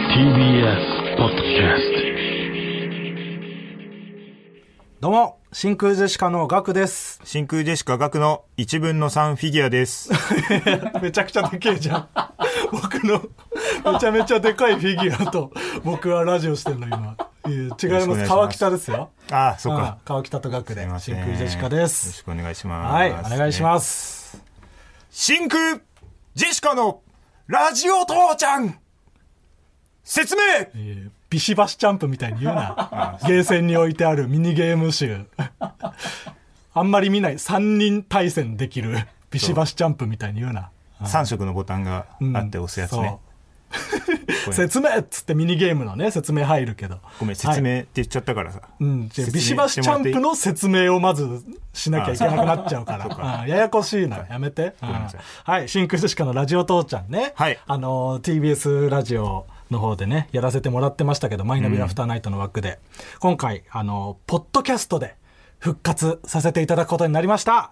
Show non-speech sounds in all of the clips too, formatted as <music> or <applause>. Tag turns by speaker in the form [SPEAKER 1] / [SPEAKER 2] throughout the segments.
[SPEAKER 1] TBS ポッドキャス
[SPEAKER 2] どうも、真空ジェシカのガクです。
[SPEAKER 3] 真空ジェシカ学の1分の3フィギュアです。
[SPEAKER 2] <laughs> めちゃくちゃでけえじゃん。 <laughs> 僕の、めちゃめちゃでかいフィギュアと、僕はラジオしてんの、今。いや違い
[SPEAKER 3] よろしくお
[SPEAKER 2] ま。
[SPEAKER 3] 願いしますす
[SPEAKER 2] 川北ですよ。
[SPEAKER 3] ああ、そっ
[SPEAKER 2] うん
[SPEAKER 3] か。
[SPEAKER 2] 川北とガクで、
[SPEAKER 3] すいませ
[SPEAKER 2] 真
[SPEAKER 3] ん
[SPEAKER 2] 空ジェシカで
[SPEAKER 3] よろ
[SPEAKER 2] す
[SPEAKER 3] し。くお願いします。
[SPEAKER 2] はい、お願いし
[SPEAKER 3] す。
[SPEAKER 2] ます。
[SPEAKER 3] 真空ジェシカのラジオ父ちゃん説明
[SPEAKER 2] いやビシバシチャンプみたいに言うな。ゲーセンに置いてあるミニゲーム集。 <laughs> あんまり見ない3人対戦できるビシバシチャンプみたいに言うな。
[SPEAKER 3] !3 色のボタンが
[SPEAKER 2] うん
[SPEAKER 3] あって押すやつ
[SPEAKER 2] そ
[SPEAKER 3] ね
[SPEAKER 2] う。
[SPEAKER 3] これ
[SPEAKER 2] 説明っつってミニゲームのね説明入るけど
[SPEAKER 3] ごめん、
[SPEAKER 2] はい
[SPEAKER 3] 説明って言っちゃったからさ。
[SPEAKER 2] うん、じゃあ
[SPEAKER 3] 説
[SPEAKER 2] ビ
[SPEAKER 3] 明
[SPEAKER 2] シバシチャンプの説明をまずしなきゃいけなくなっちゃうから、 <laughs>
[SPEAKER 3] あそうか
[SPEAKER 2] うんややこしいな、やめて。
[SPEAKER 3] めんなさい
[SPEAKER 2] うんはい、真空ジェシカのラジオ父ちゃんね、
[SPEAKER 3] はい
[SPEAKER 2] あのー、TBS ラジオの方でね、やらせてもらってましたけど、マイナビアフターナイトの枠で、今回、あのー、ポッドキャストで復活させていただくことになりました。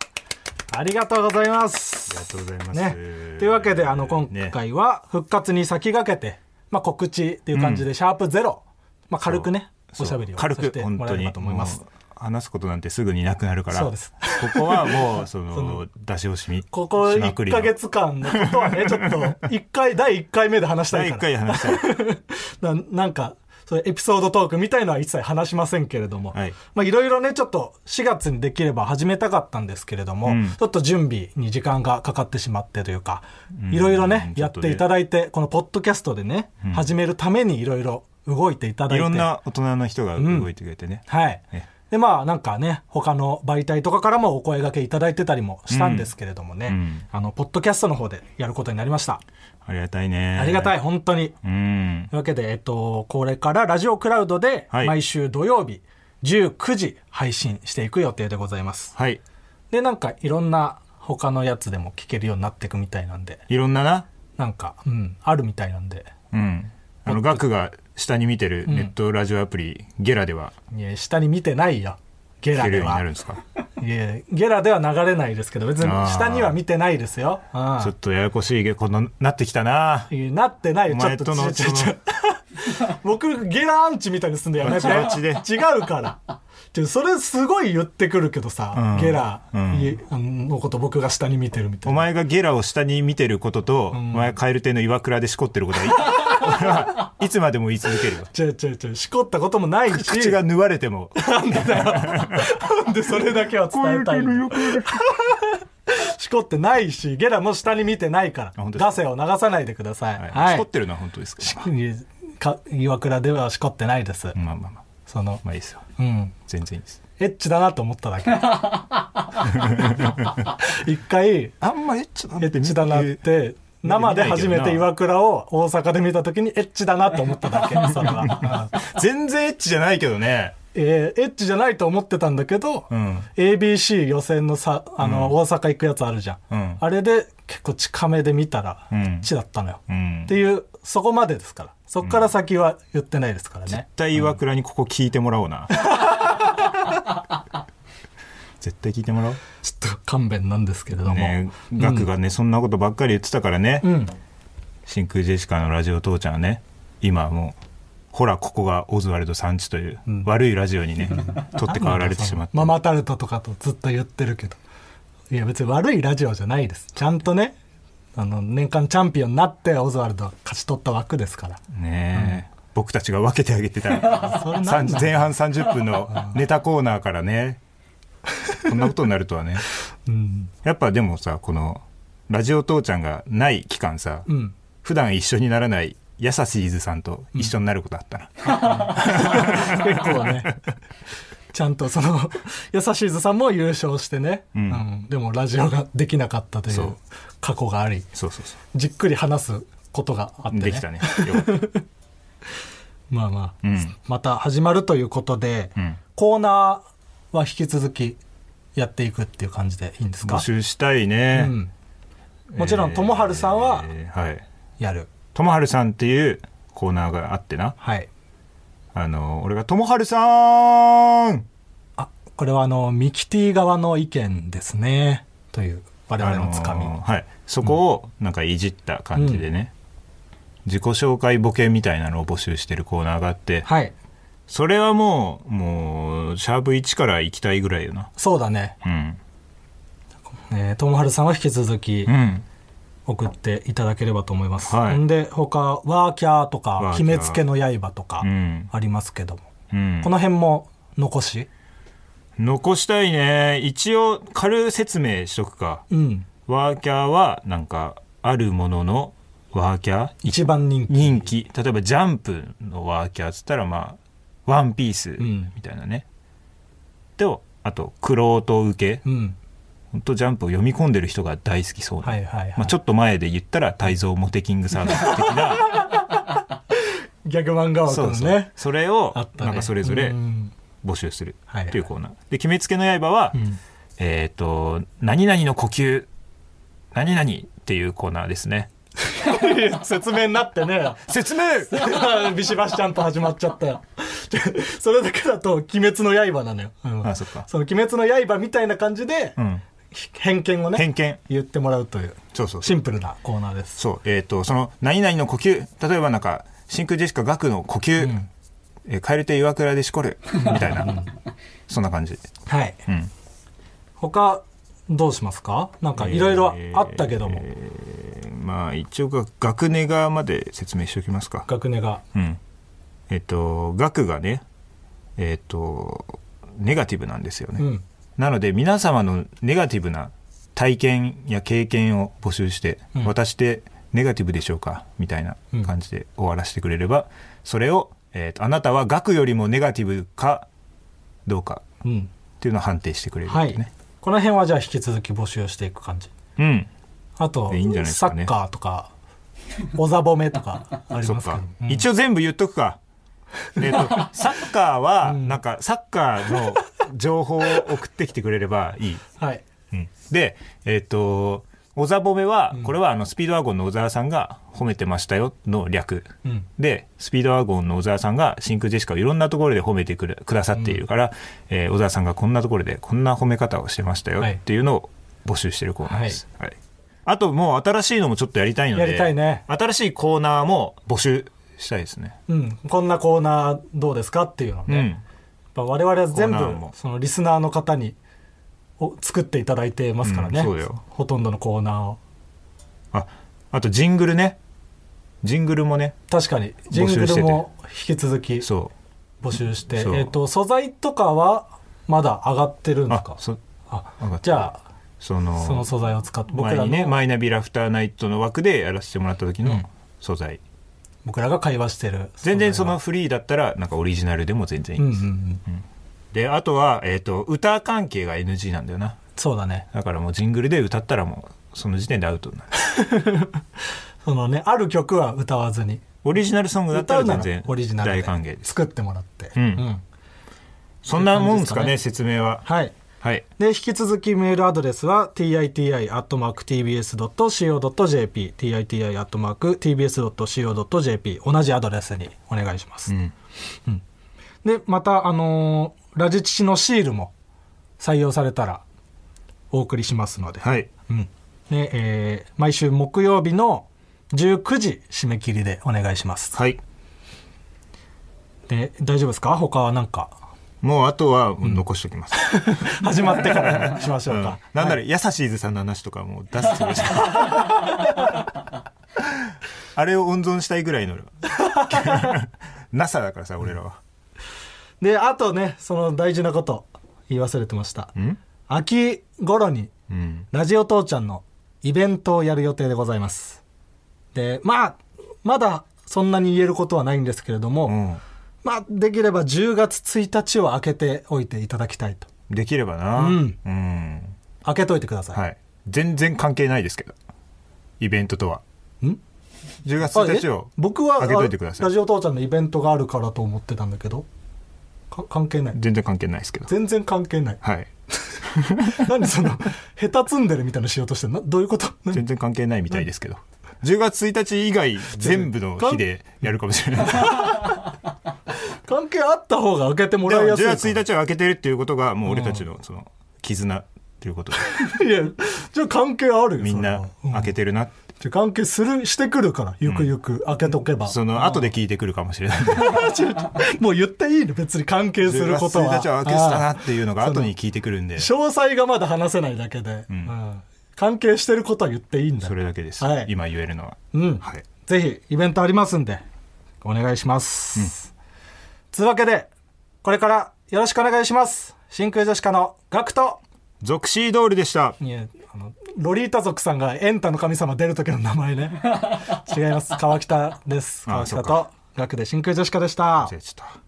[SPEAKER 2] ありがとうございます。
[SPEAKER 3] ありがとうございます。
[SPEAKER 2] ね、というわけであの今
[SPEAKER 3] ね
[SPEAKER 2] 回は復活に先駆けて、まあ、告知っていう感じで「シャープゼロ、まあ、軽くねおしゃべりをさ
[SPEAKER 3] 軽
[SPEAKER 2] せ
[SPEAKER 3] く
[SPEAKER 2] て
[SPEAKER 3] 本
[SPEAKER 2] もら
[SPEAKER 3] 当
[SPEAKER 2] えれ
[SPEAKER 3] に
[SPEAKER 2] ばと思います
[SPEAKER 3] もう話すことなんてすぐになくなるから
[SPEAKER 2] そうです
[SPEAKER 3] ここはもうその出し惜しみ
[SPEAKER 2] ここ
[SPEAKER 3] しまく
[SPEAKER 2] 1
[SPEAKER 3] りの
[SPEAKER 2] か月間のことはねちょっと1回第1回目で話したい
[SPEAKER 3] 第
[SPEAKER 2] か
[SPEAKER 3] 1
[SPEAKER 2] ら
[SPEAKER 3] 回
[SPEAKER 2] <laughs>
[SPEAKER 3] 話したい
[SPEAKER 2] ななんかそれエピソードトークみたいのは一切話しませんけれども、
[SPEAKER 3] はい
[SPEAKER 2] まあいろいろねちょっと4月にできれば始めたかったんですけれども、
[SPEAKER 3] うん
[SPEAKER 2] ちょっと準備に時間がかかってしまってというかいろいろね
[SPEAKER 3] ちょ
[SPEAKER 2] やっ
[SPEAKER 3] っと
[SPEAKER 2] て
[SPEAKER 3] ね
[SPEAKER 2] いただいてこのポッドキャストでね、始めるためにいろいろ動いていただいて
[SPEAKER 3] いろんな大人の人が動いてくれてね、
[SPEAKER 2] はい
[SPEAKER 3] ね。
[SPEAKER 2] で、まあ、なんかね、他の媒体とかからもお声掛けいただいてたりもしたんですけれどもね、
[SPEAKER 3] うんうん
[SPEAKER 2] あの、ポッドキャストの方でやることになりました。
[SPEAKER 3] ありがたいね
[SPEAKER 2] ありがたい、本当に。
[SPEAKER 3] うん
[SPEAKER 2] というわけで、えっと、これからラジオクラウドで、
[SPEAKER 3] はい
[SPEAKER 2] 毎週土曜日、19時配信していく予定でございます。
[SPEAKER 3] はい
[SPEAKER 2] で、なんか、いろんな他のやつでも聞けるようになっていくみたいなんで、
[SPEAKER 3] いろんなな
[SPEAKER 2] なんか、うん、あるみたいなんで、
[SPEAKER 3] うんあのガクが下に見てるネットラジオアプリ、ゲラではい
[SPEAKER 2] や下に見てないよ。ゲ
[SPEAKER 3] 聞
[SPEAKER 2] ラ
[SPEAKER 3] け
[SPEAKER 2] で
[SPEAKER 3] るようにな
[SPEAKER 2] は
[SPEAKER 3] るん。ですか
[SPEAKER 2] いやゲラでは流れないですけど、別に下には見てないですよ。うん
[SPEAKER 3] ちょっとややこしいけどこのなってきたない
[SPEAKER 2] やなってないよ、
[SPEAKER 3] お
[SPEAKER 2] ちょっ
[SPEAKER 3] 前
[SPEAKER 2] と。
[SPEAKER 3] との
[SPEAKER 2] ちょちょちょ僕、ゲラアンチみたいにすんのやめて。
[SPEAKER 3] バチバチ
[SPEAKER 2] 違うから。ちょそれすごい言ってくるけどさ、
[SPEAKER 3] うん
[SPEAKER 2] ゲラ、
[SPEAKER 3] うん
[SPEAKER 2] いあのこと僕が下に見てるみた
[SPEAKER 3] お
[SPEAKER 2] いな。
[SPEAKER 3] 前がゲラを下に見てることと、お前カエル亭の岩倉でしこってる
[SPEAKER 2] <laughs>
[SPEAKER 3] ことはい俺はいつまでも言い続けるよ
[SPEAKER 2] ちょちょちょ、しこったこともないし。
[SPEAKER 3] 口が縫われても
[SPEAKER 2] なんでそれだけは伝えたいのしこってないし、ゲラも下に見てないから。
[SPEAKER 3] 本当ですか
[SPEAKER 2] ガセを流さないでください。
[SPEAKER 3] はい、し
[SPEAKER 2] は
[SPEAKER 3] こってるのは本当ですか
[SPEAKER 2] い。しか岩倉ではしこってないです。
[SPEAKER 3] まあまあまあ
[SPEAKER 2] その、
[SPEAKER 3] まあいいですよ
[SPEAKER 2] うん。
[SPEAKER 3] 全然いいです
[SPEAKER 2] エッチだなと思っただ
[SPEAKER 3] <laughs>
[SPEAKER 2] け。一回、
[SPEAKER 3] あんまエッチだ
[SPEAKER 2] エッチだなって、生で初めて岩倉を大阪で見た時にエッチだなと思った
[SPEAKER 3] <laughs>
[SPEAKER 2] だけ、それは。うん
[SPEAKER 3] 全然エッチじゃないけどね
[SPEAKER 2] えーエッチじゃないと思ってたんだけど、
[SPEAKER 3] うん
[SPEAKER 2] ABC 予選のさ、あの、大阪行くやつあるじゃん。
[SPEAKER 3] うん
[SPEAKER 2] あれで結構近めで見たら、エ
[SPEAKER 3] うん
[SPEAKER 2] ッチだったのよ。
[SPEAKER 3] うん
[SPEAKER 2] っていう、そこまでですから。そこから先は言ってないですからね
[SPEAKER 3] 絶。対岩倉にここ聞いてもらおうな <laughs> 絶対聞いてもらおう
[SPEAKER 2] ちょっと勘弁なんですけれども。
[SPEAKER 3] ねガクがね、そんなことばっかり言ってたからね、
[SPEAKER 2] うん。
[SPEAKER 3] 真空ジェシカのラジオ父ちゃんはね今はもうほらここがオズワルド産地という、悪いラジオにね取って代わられてし <laughs> まった
[SPEAKER 2] ママタルトとかとずっと言ってるけどいや別に悪いラジオじゃないですちゃんとねあの年間チャンピオンになってオズワルドが勝ち取った枠ですから
[SPEAKER 3] ねえ、僕たちが分けてあげてた
[SPEAKER 2] それなんな
[SPEAKER 3] さん
[SPEAKER 2] ん
[SPEAKER 3] 前半30分のネタコーナーからねこんなことになるとはね
[SPEAKER 2] うん
[SPEAKER 3] やっぱでもさこのラジオ父ちゃんがない期間さ、
[SPEAKER 2] うん
[SPEAKER 3] 普段一緒にならないやさしーずさんと一緒になることあったな、
[SPEAKER 2] 結構ねちゃんとその優しいずさんも優勝してね、うんでもラジオができなかったとい
[SPEAKER 3] そう
[SPEAKER 2] う過去があり
[SPEAKER 3] そうそうそ
[SPEAKER 2] じっくり話すことがあっ
[SPEAKER 3] う、
[SPEAKER 2] て、ね、
[SPEAKER 3] できた
[SPEAKER 2] <laughs>
[SPEAKER 3] ねよかった
[SPEAKER 2] まあまあ、
[SPEAKER 3] うん
[SPEAKER 2] また始まるということで、
[SPEAKER 3] うん
[SPEAKER 2] コーナーは引き続きやっていくっていう感じでいいんですか
[SPEAKER 3] 募集したいね、
[SPEAKER 2] うんもちろん、ともはるさんは
[SPEAKER 3] えーはい
[SPEAKER 2] やる。
[SPEAKER 3] ともはるさんっていうコーナーがあってな
[SPEAKER 2] はい。
[SPEAKER 3] あの俺が「ともはるさーん!」
[SPEAKER 2] あ、これはあの、ミキティ側の意見ですね。という、我々のつかみ。
[SPEAKER 3] あのーはい、そこをなんかいじった感じでね、自己紹介ボケみたいなのを募集してるコーナーがあって、
[SPEAKER 2] はい。
[SPEAKER 3] それはもう、もう、シャープ1から行きたいぐらいよな。
[SPEAKER 2] そうだね。
[SPEAKER 3] うん。
[SPEAKER 2] えー、ともはるさんは引き続き
[SPEAKER 3] うん。
[SPEAKER 2] 送っていただければと思います。
[SPEAKER 3] はい
[SPEAKER 2] んで、他、ワーキャーとか、
[SPEAKER 3] ワーキャー
[SPEAKER 2] 決めつけの刃とか
[SPEAKER 3] う、ん。
[SPEAKER 2] ありますけども。
[SPEAKER 3] うん
[SPEAKER 2] こ。の辺も残し
[SPEAKER 3] 残したいね。一応、軽説明しとくか。
[SPEAKER 2] うん。
[SPEAKER 3] ワーキャーは、なんか、あるもののワーキャー
[SPEAKER 2] 一番人気。
[SPEAKER 3] 人気例えばジャンプのワーキャーっつったらまあワンピースみたいなね、とあとクロート受け
[SPEAKER 2] うん。
[SPEAKER 3] ほんとジャンプを読み込んでる人が大好きそうな、
[SPEAKER 2] はいはいはい。
[SPEAKER 3] まあ、ちょっと前で言ったら泰造モテキングサービス的な
[SPEAKER 2] <laughs> ギャグ漫画枠
[SPEAKER 3] そ
[SPEAKER 2] の
[SPEAKER 3] うそう
[SPEAKER 2] ね。
[SPEAKER 3] それを
[SPEAKER 2] あったね。
[SPEAKER 3] なんかそれぞれ
[SPEAKER 2] うん
[SPEAKER 3] 募集する
[SPEAKER 2] はいはい
[SPEAKER 3] っていうコーナーで「決めつけの刃は」
[SPEAKER 2] うん <laughs>
[SPEAKER 3] えっ、と「何々の呼吸何々」っていうコーナーですね
[SPEAKER 2] 説明になってね。 <laughs>
[SPEAKER 3] 説明
[SPEAKER 2] ビシバシちゃんと始まっちゃった <laughs> よ。それだけだと、鬼滅の刃なのよ。うん
[SPEAKER 3] あそっか
[SPEAKER 2] その鬼滅の刃みたいな感じで、
[SPEAKER 3] うん
[SPEAKER 2] 偏見をね、
[SPEAKER 3] 偏見
[SPEAKER 2] 言ってもらうという、
[SPEAKER 3] そうそう
[SPEAKER 2] シンプルなコーナーです。
[SPEAKER 3] そう、えっ、と、その、何々の呼吸、例えばなんか、真空ジェシカ学の呼吸、
[SPEAKER 2] ん
[SPEAKER 3] えー蛙亭岩倉でしこる、みたいな、 <laughs> そんな感じ。
[SPEAKER 2] はい。
[SPEAKER 3] うん。
[SPEAKER 2] 他、どうしますかなんかいろいろあったけども、
[SPEAKER 3] えーまあ、一応が、学ネガまで説明しておきますか。
[SPEAKER 2] 学年が。
[SPEAKER 3] うん。えっ、と、学がね、えっ、と、ネガティブなんですよね。
[SPEAKER 2] うん。
[SPEAKER 3] なので、皆様のネガティブな体験や経験を募集して、
[SPEAKER 2] うん
[SPEAKER 3] 私ってネガティブでしょうかみたいな感じで終わらせてくれれば、それを、えーと、あなたは額よりもネガティブかどうか
[SPEAKER 2] うん。
[SPEAKER 3] っていうのを判定してくれるって
[SPEAKER 2] は
[SPEAKER 3] いう
[SPEAKER 2] い
[SPEAKER 3] ね。。
[SPEAKER 2] この辺はじゃあ引き続き募集していく感じ。
[SPEAKER 3] うん。
[SPEAKER 2] あと、
[SPEAKER 3] いいんじゃないです
[SPEAKER 2] サ
[SPEAKER 3] かね
[SPEAKER 2] ッカーとか、おざぼめと
[SPEAKER 3] <laughs>
[SPEAKER 2] かあり
[SPEAKER 3] そ
[SPEAKER 2] ま
[SPEAKER 3] っ
[SPEAKER 2] すけど
[SPEAKER 3] か。。
[SPEAKER 2] うん
[SPEAKER 3] 一応全部言っと
[SPEAKER 2] <laughs>
[SPEAKER 3] くか。えっと、サッカーは、なんか、サッカーの情報を送ってきてくれればいい。
[SPEAKER 2] はい。
[SPEAKER 3] で、えっ、と、小沢褒めは、これはあの、スピードワゴンの小沢さんが褒めてましたよの略。
[SPEAKER 2] うん。
[SPEAKER 3] で、スピードワゴンの小沢さんが真空ジェシカをいろんなところで褒めてくるくださっているから、えー小沢さんがこんなところでこんな褒め方をしてましたよ
[SPEAKER 2] はい
[SPEAKER 3] っていうのを募集してるコーナーです。はいあともう新しいのもちょっとやりたいので、
[SPEAKER 2] やりたいね
[SPEAKER 3] 新しいコーナーも募集したいですね。
[SPEAKER 2] うん、こんなコーナーどうですかっていうのをね、
[SPEAKER 3] う
[SPEAKER 2] やっ
[SPEAKER 3] ん。
[SPEAKER 2] ぱ我々は全
[SPEAKER 3] コーナーも
[SPEAKER 2] 部そのリスナーの方にを作っていただいてますからね、
[SPEAKER 3] うんそうだよ
[SPEAKER 2] ほとんどのコーナーを
[SPEAKER 3] あ、あとジングルね。ジングルもね、
[SPEAKER 2] 確かにジングルも引き続き
[SPEAKER 3] そ
[SPEAKER 2] 募集して
[SPEAKER 3] そう
[SPEAKER 2] えっと素材とかはまだ上がってるん
[SPEAKER 3] う。
[SPEAKER 2] です
[SPEAKER 3] あ
[SPEAKER 2] か、
[SPEAKER 3] そ、
[SPEAKER 2] あ
[SPEAKER 3] 上がって
[SPEAKER 2] じゃあ
[SPEAKER 3] その、
[SPEAKER 2] その素材を使って僕
[SPEAKER 3] 前
[SPEAKER 2] ら
[SPEAKER 3] に
[SPEAKER 2] の、
[SPEAKER 3] ね、マイナビラフターナイトの枠でやらせてもらった時
[SPEAKER 2] うん
[SPEAKER 3] の素材。
[SPEAKER 2] 僕らが会話してる
[SPEAKER 3] 全然その
[SPEAKER 2] 素
[SPEAKER 3] フリーだったら、なんかオリジナルでも全然いい
[SPEAKER 2] 材はうん
[SPEAKER 3] です。
[SPEAKER 2] うんうん
[SPEAKER 3] で、あとは、えっ、と、歌関係が NG なんだよな。
[SPEAKER 2] そうだね
[SPEAKER 3] だからもうジングルで歌ったらもう、その時点でアウトになる。
[SPEAKER 2] そのねある曲は歌わずに
[SPEAKER 3] オリジナルソングだった
[SPEAKER 2] 歌
[SPEAKER 3] ら
[SPEAKER 2] うな
[SPEAKER 3] 全
[SPEAKER 2] ら
[SPEAKER 3] 然
[SPEAKER 2] オリジナル
[SPEAKER 3] 大
[SPEAKER 2] で
[SPEAKER 3] 歓迎です。
[SPEAKER 2] 作ってもらって、
[SPEAKER 3] うんそんなもんですかね、
[SPEAKER 2] って
[SPEAKER 3] 説明は。
[SPEAKER 2] はい
[SPEAKER 3] はい。
[SPEAKER 2] で、引き続きメールアドレスは titi.tbs.co.jp、titi.tbs.co.jp、同じアドレスにお願いしま
[SPEAKER 3] う
[SPEAKER 2] す。
[SPEAKER 3] ん。
[SPEAKER 2] で、また、あのーラジチのシールも採用されたらお送りしますので、
[SPEAKER 3] はい。
[SPEAKER 2] うん。で、えー毎週木曜日の19時締め切りでお願いします。
[SPEAKER 3] はい。
[SPEAKER 2] で、大丈夫ですか他はなんか、
[SPEAKER 3] もうあとは残しておきます。 <laughs>
[SPEAKER 2] 始まってからにしまし
[SPEAKER 3] う
[SPEAKER 2] ょうんか。
[SPEAKER 3] なんなら、やさしーずさんの話とかもう出すつも
[SPEAKER 2] <laughs>
[SPEAKER 3] りじゃないあれを温存したいぐらいの。NASA <laughs> だからさ、俺らは。
[SPEAKER 2] で、あとね、その大事なこと言い忘れてました。
[SPEAKER 3] ん
[SPEAKER 2] 秋頃に
[SPEAKER 3] うん。
[SPEAKER 2] ラジオ父ちゃんのイベントをやる予定でございます。で、まあ、まだそんなに言えることはないんですけれども、
[SPEAKER 3] うん。
[SPEAKER 2] まあ、できれば10月1日を開けておいていただきたいと。
[SPEAKER 3] できればな
[SPEAKER 2] うん
[SPEAKER 3] うん
[SPEAKER 2] 開けといてください。
[SPEAKER 3] はい全然関係ないですけどイベントとは
[SPEAKER 2] ん
[SPEAKER 3] 10月
[SPEAKER 2] あえ
[SPEAKER 3] 1日を
[SPEAKER 2] 僕は
[SPEAKER 3] 開けといてください
[SPEAKER 2] あラジオ父ちゃんのイベントがあるからと思ってたんだけど、か関係ない。
[SPEAKER 3] 全然関係ないですけど
[SPEAKER 2] 全然関係ない。
[SPEAKER 3] はい
[SPEAKER 2] <laughs> 何その、下手積んでるみたいなのしようとしてるのどういうこと何
[SPEAKER 3] 全然関係ないみたいですけど10月1日以外全部の日でやるかもしれない
[SPEAKER 2] 関係あった方が開けても
[SPEAKER 3] で
[SPEAKER 2] ら
[SPEAKER 3] も
[SPEAKER 2] いやすい
[SPEAKER 3] 10
[SPEAKER 2] かも。
[SPEAKER 3] 月1日を開けてるっていうことがもう俺たちのその絆ということで
[SPEAKER 2] いや、じゃあ関係あるよ。
[SPEAKER 3] みんな
[SPEAKER 2] それは
[SPEAKER 3] 開けてるなって
[SPEAKER 2] じゃあ関係するしてくるからゆくゆく開けとけば、
[SPEAKER 3] その後で聞いてくるかもしれない。
[SPEAKER 2] <laughs> もう言っていいの別に関係することは
[SPEAKER 3] 10月1日は開けしたなっていうのが後に聞いてくるんで、そ
[SPEAKER 2] 詳細がまだ話せないだけで、うん関係してることは言っていいんだ
[SPEAKER 3] れだけです、
[SPEAKER 2] はい
[SPEAKER 3] 今言えるのは。
[SPEAKER 2] うん、
[SPEAKER 3] はい。
[SPEAKER 2] ぜひイベントありますんでお願いします、つうわけでこれからよろしくお願いします真空ジェシカのガクト
[SPEAKER 3] ゾクシードールでした。
[SPEAKER 2] いやあのロリータ族さんがエンタの神様出る時の名前ね <laughs> 違います川北です
[SPEAKER 3] あ
[SPEAKER 2] 川北
[SPEAKER 3] そっ
[SPEAKER 2] とガクで真空ジェシカでした
[SPEAKER 3] じゃあちょっと。